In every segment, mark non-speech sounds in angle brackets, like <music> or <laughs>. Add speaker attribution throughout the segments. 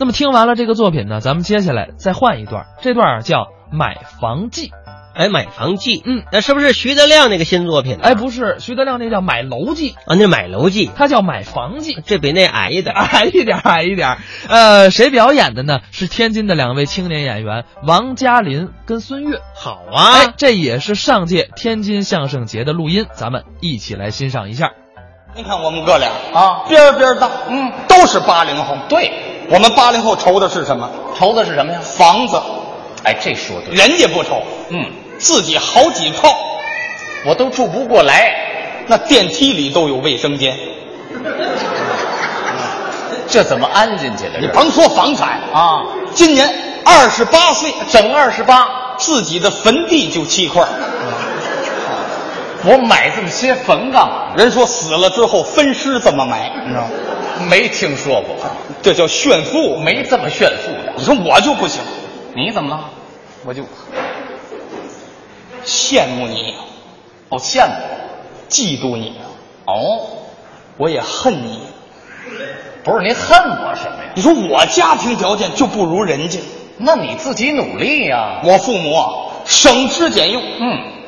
Speaker 1: 那么听完了这个作品呢，咱们接下来再换一段，这段叫《买房记》。
Speaker 2: 哎，买房记，
Speaker 1: 嗯，
Speaker 2: 那是不是徐德亮那个新作品呢？
Speaker 1: 哎，不是，徐德亮那叫《买楼记》，
Speaker 2: 啊，那买楼记，
Speaker 1: 他叫《买房记》。 <laughs>
Speaker 2: 这比那矮一点。
Speaker 1: 矮一点儿，矮一点儿。呃，谁表演的呢？是天津的两位青年演员王嘉林跟孙越。
Speaker 2: 好啊，
Speaker 1: 哎，这也是上届天津相声节的录音，咱们一起来欣赏一下。
Speaker 3: 你看我们哥俩
Speaker 4: 啊
Speaker 3: 边儿边儿大，
Speaker 4: 嗯，
Speaker 3: 都是八零后。
Speaker 4: 对，
Speaker 3: 我们八零后愁的是什么？
Speaker 4: 愁的是什么呀？
Speaker 3: 房子，
Speaker 4: 哎，这说对，
Speaker 3: 人家不愁，
Speaker 4: 嗯，
Speaker 3: 自己好几套，
Speaker 4: 我都住不过来，
Speaker 3: 那电梯里都有卫生间。
Speaker 4: <laughs> 这怎么安进去的？
Speaker 3: 你甭说房产，
Speaker 4: 啊，
Speaker 3: 今年二十八岁，
Speaker 4: 整二十八，
Speaker 3: 自己的坟地就七块。
Speaker 4: 我买这么些坟干嘛？
Speaker 3: 人说死了之后分尸这么埋，你知道吗？
Speaker 4: 没听说过，
Speaker 3: 这叫炫富。
Speaker 4: 没这么炫富的。
Speaker 3: 你说我就不行，
Speaker 4: 你怎么了？我就
Speaker 3: 羡慕你，啊哦
Speaker 4: 好羡慕。
Speaker 3: 嫉妒你，啊
Speaker 4: 哦，
Speaker 3: 我也恨你。
Speaker 4: 不是您恨我什么呀？
Speaker 3: 你说我家庭条件就不如人家，
Speaker 4: 那你自己努力呀、
Speaker 3: 我父母啊省吃俭用，
Speaker 4: 嗯，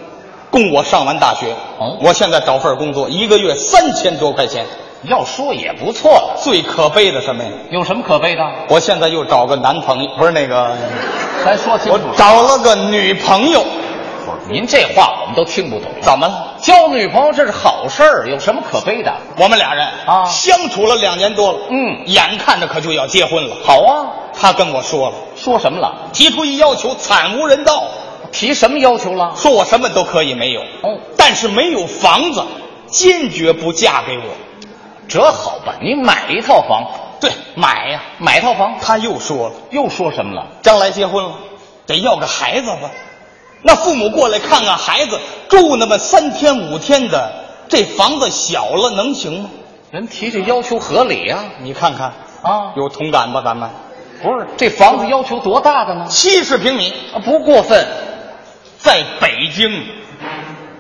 Speaker 3: 供我上完大学。
Speaker 4: 哦
Speaker 3: 我现在找份工作，一个月三千多块钱。
Speaker 4: 要说也不错了。
Speaker 3: 最可悲的什么呀？
Speaker 4: 有什么可悲的？
Speaker 3: 我现在又找个男朋友，不是那个，
Speaker 4: 咱说清
Speaker 3: 我
Speaker 4: 楚。
Speaker 3: 找了个女朋友，
Speaker 4: 不是您这话我们都听不懂。
Speaker 3: 怎么了？
Speaker 4: 交女朋友这是好事儿，有什么可悲的？
Speaker 3: 我们俩人
Speaker 4: 啊
Speaker 3: 相处了两年多了，
Speaker 4: 嗯
Speaker 3: 眼看着可就要结婚了。
Speaker 4: 好啊，
Speaker 3: 他跟我说了，
Speaker 4: 说什么了？
Speaker 3: 提出一要求，惨无人道，
Speaker 4: 提什么要求了？
Speaker 3: 说我什么都可以没有，
Speaker 4: 哦，
Speaker 3: 但是没有房子，坚决不嫁给我。
Speaker 4: 这好办，你买一套房，
Speaker 3: 对，
Speaker 4: 买呀、买套房。
Speaker 3: 他又说了，
Speaker 4: 又说什么了？
Speaker 3: 将来结婚了，得要个孩子吧？那父母过来看看孩子，住那么三天五天的，这房子小了能行吗？
Speaker 4: 人提这要求合理呀、
Speaker 3: 你看看
Speaker 4: 啊
Speaker 3: 有同感吧？咱们
Speaker 4: 不是这房子要求多大的呢？
Speaker 3: 七十平米，
Speaker 4: 啊不过分，
Speaker 3: 在北京，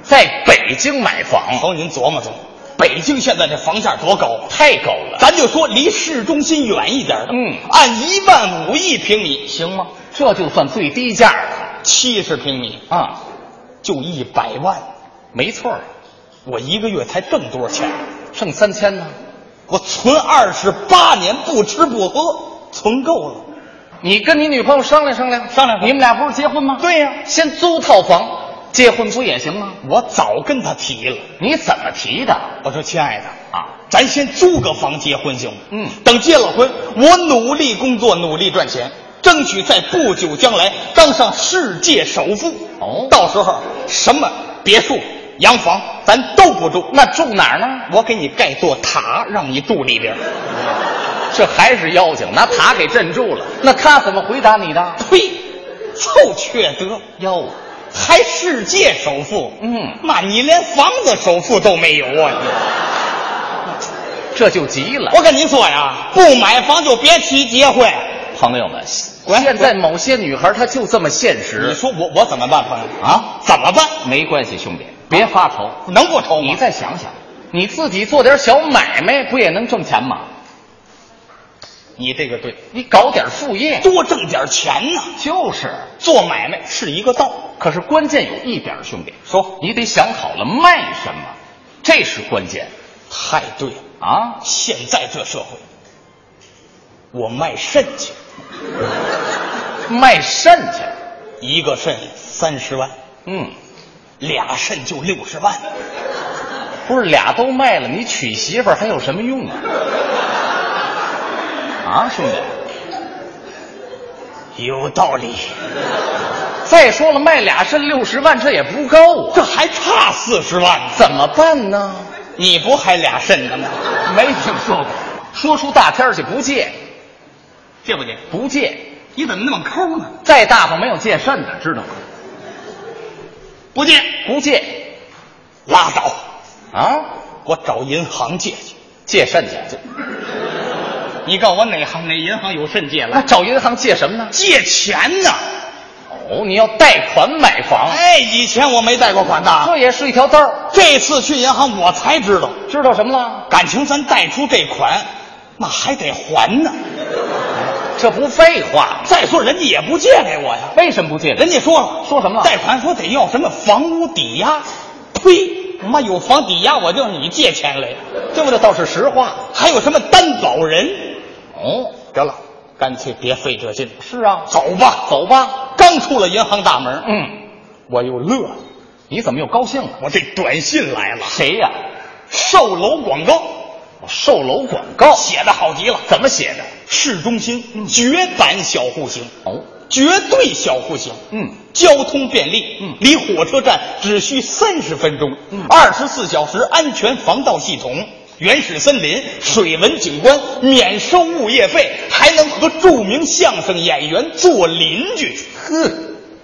Speaker 4: 在北京买房
Speaker 3: 朋友您琢磨琢磨，北京现在这房价多高？啊
Speaker 4: 太高了，
Speaker 3: 咱就说离市中心远一点儿的，
Speaker 4: 嗯
Speaker 3: 按一万五一平米，
Speaker 4: 行吗？这就算最低价了
Speaker 3: 七十平米
Speaker 4: 啊，
Speaker 3: 就一百万，
Speaker 4: 没错儿，
Speaker 3: 我一个月才挣多少钱？
Speaker 4: 剩三千呢。
Speaker 3: 我存二十八年不吃不喝，存够了。
Speaker 4: 你跟你女朋友商量商
Speaker 3: 商
Speaker 4: 量，
Speaker 3: 量商量
Speaker 4: 你们俩不是结婚吗？
Speaker 3: 对呀
Speaker 4: 先租套房，结婚不也行吗？
Speaker 3: 我早跟他提了，
Speaker 4: 你怎么提的
Speaker 3: 我说亲爱的，
Speaker 4: 啊？
Speaker 3: 咱先租个房结婚行吗？
Speaker 4: 嗯
Speaker 3: 等结了婚，我努力工作，努力赚钱，争取在不久将来当上世界首富。
Speaker 4: 哦
Speaker 3: 到时候什么别墅、洋房咱都不住，
Speaker 4: 那住哪儿呢？
Speaker 3: 我给你盖座塔，让你住里边。
Speaker 4: 这还是妖精，拿塔给镇住了。那他怎么回答你的？
Speaker 3: 呸！臭缺德，
Speaker 4: 妖，
Speaker 3: 还世界首富？
Speaker 4: 嗯
Speaker 3: 妈，你连房子首付都没有啊！你。
Speaker 4: 这就急了。
Speaker 3: 我跟你说呀，不买房就别提结婚。
Speaker 4: 朋友们，
Speaker 3: 滚
Speaker 4: 现在某些女孩她就这么现
Speaker 3: 你
Speaker 4: 实。
Speaker 3: 说我我怎么办，朋友
Speaker 4: 啊
Speaker 3: 怎么办？
Speaker 4: 没关系，兄弟，别发愁。
Speaker 3: 能不愁吗？
Speaker 4: 你再想想，你自己做点小买卖，不也能挣钱吗？
Speaker 3: 你这个对，
Speaker 4: 你搞点副业，
Speaker 3: 多挣点钱呢。
Speaker 4: 就是。
Speaker 3: 做买卖是一个道，
Speaker 4: 可是关键有一点儿，兄弟，
Speaker 3: 说
Speaker 4: 你得想好了卖什么，这是关键
Speaker 3: 太对了。
Speaker 4: 啊！
Speaker 3: 现在这社会，我卖肾去，
Speaker 4: 卖肾去，
Speaker 3: 一个肾三十万，
Speaker 4: 嗯，
Speaker 3: 俩肾就六十万。
Speaker 4: 不是俩都卖了，你娶媳妇儿还有什么用啊？啊，兄弟，
Speaker 3: 有道理，
Speaker 4: 再说了，卖俩肾六十万，这也不够啊，
Speaker 3: 这还差四十万呢。
Speaker 4: 怎么办呢？
Speaker 3: 你不还俩肾呢吗？
Speaker 4: <laughs> 没听说过，说出大天儿去不借，
Speaker 3: 借不借？
Speaker 4: 不借，
Speaker 3: 你怎么那么抠呢？
Speaker 4: 再大方没有借肾的，知道吗？
Speaker 3: 不借，
Speaker 4: 不借
Speaker 3: 拉倒，
Speaker 4: 啊，
Speaker 3: 我找银行借去。
Speaker 4: 借肾去，
Speaker 3: 你告诉我哪行哪银行有肾借
Speaker 4: 那
Speaker 3: 了？
Speaker 4: 找银行借什么呢？
Speaker 3: 哎借钱呢？
Speaker 4: 哦，你要贷款买房，
Speaker 3: 哎，以前我没贷过款的，
Speaker 4: 这也是一条道儿。
Speaker 3: 这次去银行我才知道，
Speaker 4: 知道什么了？
Speaker 3: 感情咱贷出这款，那还得还呢。
Speaker 4: 这不废话吗？
Speaker 3: 再说人家也不借给我呀，
Speaker 4: 为什么不借给？
Speaker 3: 人家说了
Speaker 4: 说什么了
Speaker 3: 贷款说得要什么房屋抵押，呸！妈有房抵押，我就你借钱来呀？
Speaker 4: 对不对？倒是实话。
Speaker 3: 还有什么担保人？
Speaker 4: 哦，得了，
Speaker 3: 干脆别费这劲了，
Speaker 4: 是啊，
Speaker 3: 走吧。
Speaker 4: 走吧。
Speaker 3: 刚出了银行大门，
Speaker 4: 嗯，
Speaker 3: 我又乐了，
Speaker 4: 你怎么又高兴了？
Speaker 3: 我这短信来了，
Speaker 4: 谁呀、
Speaker 3: 售楼广告
Speaker 4: 售楼广告
Speaker 3: 写的好极了，
Speaker 4: 怎么写的？
Speaker 3: 市中心绝版小户型，
Speaker 4: 哦，
Speaker 3: 绝对小户型。
Speaker 4: 嗯，
Speaker 3: 交通便利，
Speaker 4: 嗯
Speaker 3: 离火车站只需三十分钟，
Speaker 4: 嗯
Speaker 3: 二十四小时安全防盗系统，原始森林、水文景观，免收物业费，还能和著名相声演员做邻居，
Speaker 4: 呵，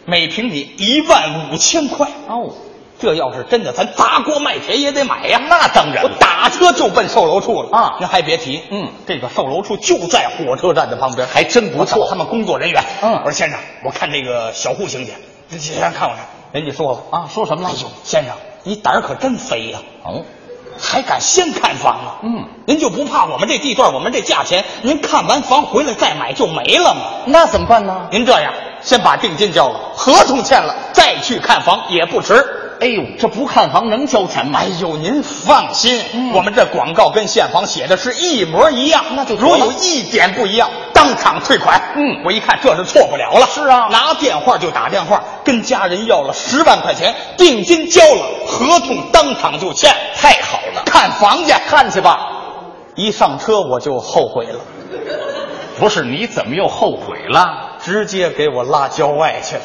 Speaker 3: 每平米一万五千块。
Speaker 4: 哦，
Speaker 3: 这要是真的，咱砸锅卖铁也得买呀！
Speaker 4: 那当然了
Speaker 3: 我打车就奔售楼处了
Speaker 4: 啊
Speaker 3: 您还别提，
Speaker 4: 嗯
Speaker 3: 这个售楼处就在火车站的旁边，
Speaker 4: 还真不错
Speaker 3: 我找他们工作人员，
Speaker 4: 嗯
Speaker 3: 我说先生，我看这个小户型去，您先生看我这，人家说了啊，
Speaker 4: 啊，说什么了？
Speaker 3: 先生，你胆儿可真肥呀、
Speaker 4: 哦，
Speaker 3: 还敢先看房啊？
Speaker 4: 嗯，
Speaker 3: 您就不怕我们这地段，我们这价钱，您看完房回来再买就没了吗？
Speaker 4: 那怎么办呢？
Speaker 3: 您这样，先把定金交了，合同签了，再去看房也不迟。
Speaker 4: 哎呦，这不看房能交钱吗？
Speaker 3: 哎呦，您放心，
Speaker 4: 嗯
Speaker 3: 我们这广告跟现房写的是一模一样，
Speaker 4: 那就得
Speaker 3: 如
Speaker 4: 了
Speaker 3: 有一点不一样，当场退款。
Speaker 4: 嗯
Speaker 3: 我一看这是错不了了。
Speaker 4: 是啊
Speaker 3: 拿电话就打电话跟家人要了十万块钱，定金交了，合同当场就签。太好了，看房去，看去吧。一上车我就后悔了，
Speaker 4: 不是，你怎么又后悔了？
Speaker 3: 直接给我拉郊外去了，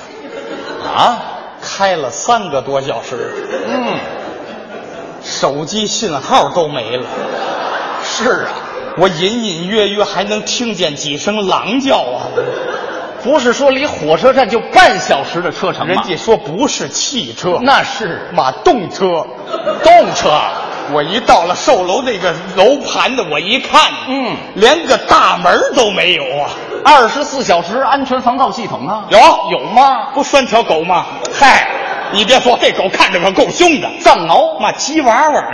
Speaker 4: 啊？
Speaker 3: 开了三个多小时，
Speaker 4: 嗯，
Speaker 3: 手机信号都没了。
Speaker 4: 是啊，
Speaker 3: 我隐隐约约还能听见几声狼叫啊！
Speaker 4: 不是说离火车站就半小时的车程
Speaker 3: 人
Speaker 4: 吗？
Speaker 3: 家说不是汽车，
Speaker 4: 那是
Speaker 3: 马动车。
Speaker 4: 动车。
Speaker 3: 我一到了售楼那个楼盘的，我一看，
Speaker 4: 嗯
Speaker 3: 连个大门都没有啊！
Speaker 4: 二十四小时安全防盗系统啊，
Speaker 3: 有
Speaker 4: 有吗？
Speaker 3: 不拴条狗吗？嗨，你别说，这狗看着可够凶的，
Speaker 4: 藏獒，
Speaker 3: 妈吉娃娃。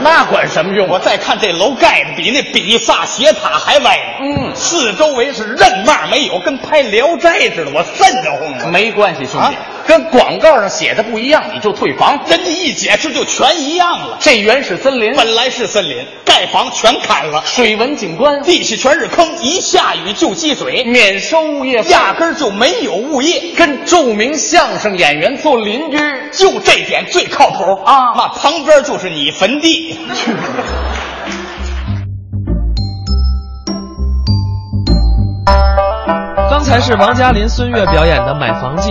Speaker 4: 那管什么用啊
Speaker 3: 我再看这楼盖的比那比萨斜塔还歪呢，
Speaker 4: 嗯
Speaker 3: 四周围是任嘛没有，跟拍《聊斋》似的，我瘆得慌啊！
Speaker 4: 没关系，兄弟，
Speaker 3: 啊
Speaker 4: 跟广告上写的不一样，你就退房。
Speaker 3: 人家一解释就全一样了。
Speaker 4: 这原始森林、
Speaker 3: 本来是森林，盖房全砍了，
Speaker 4: 水文景观，
Speaker 3: 地下全是坑，一下雨就积水，
Speaker 4: 免收物业费，
Speaker 3: 压根儿就没有物业。
Speaker 4: 跟著名相声演员做邻居，
Speaker 3: 就这点最靠谱
Speaker 4: 啊
Speaker 3: 那旁边就是你坟地。
Speaker 1: 刚才是王嘉林、孙越表演的《买房记》，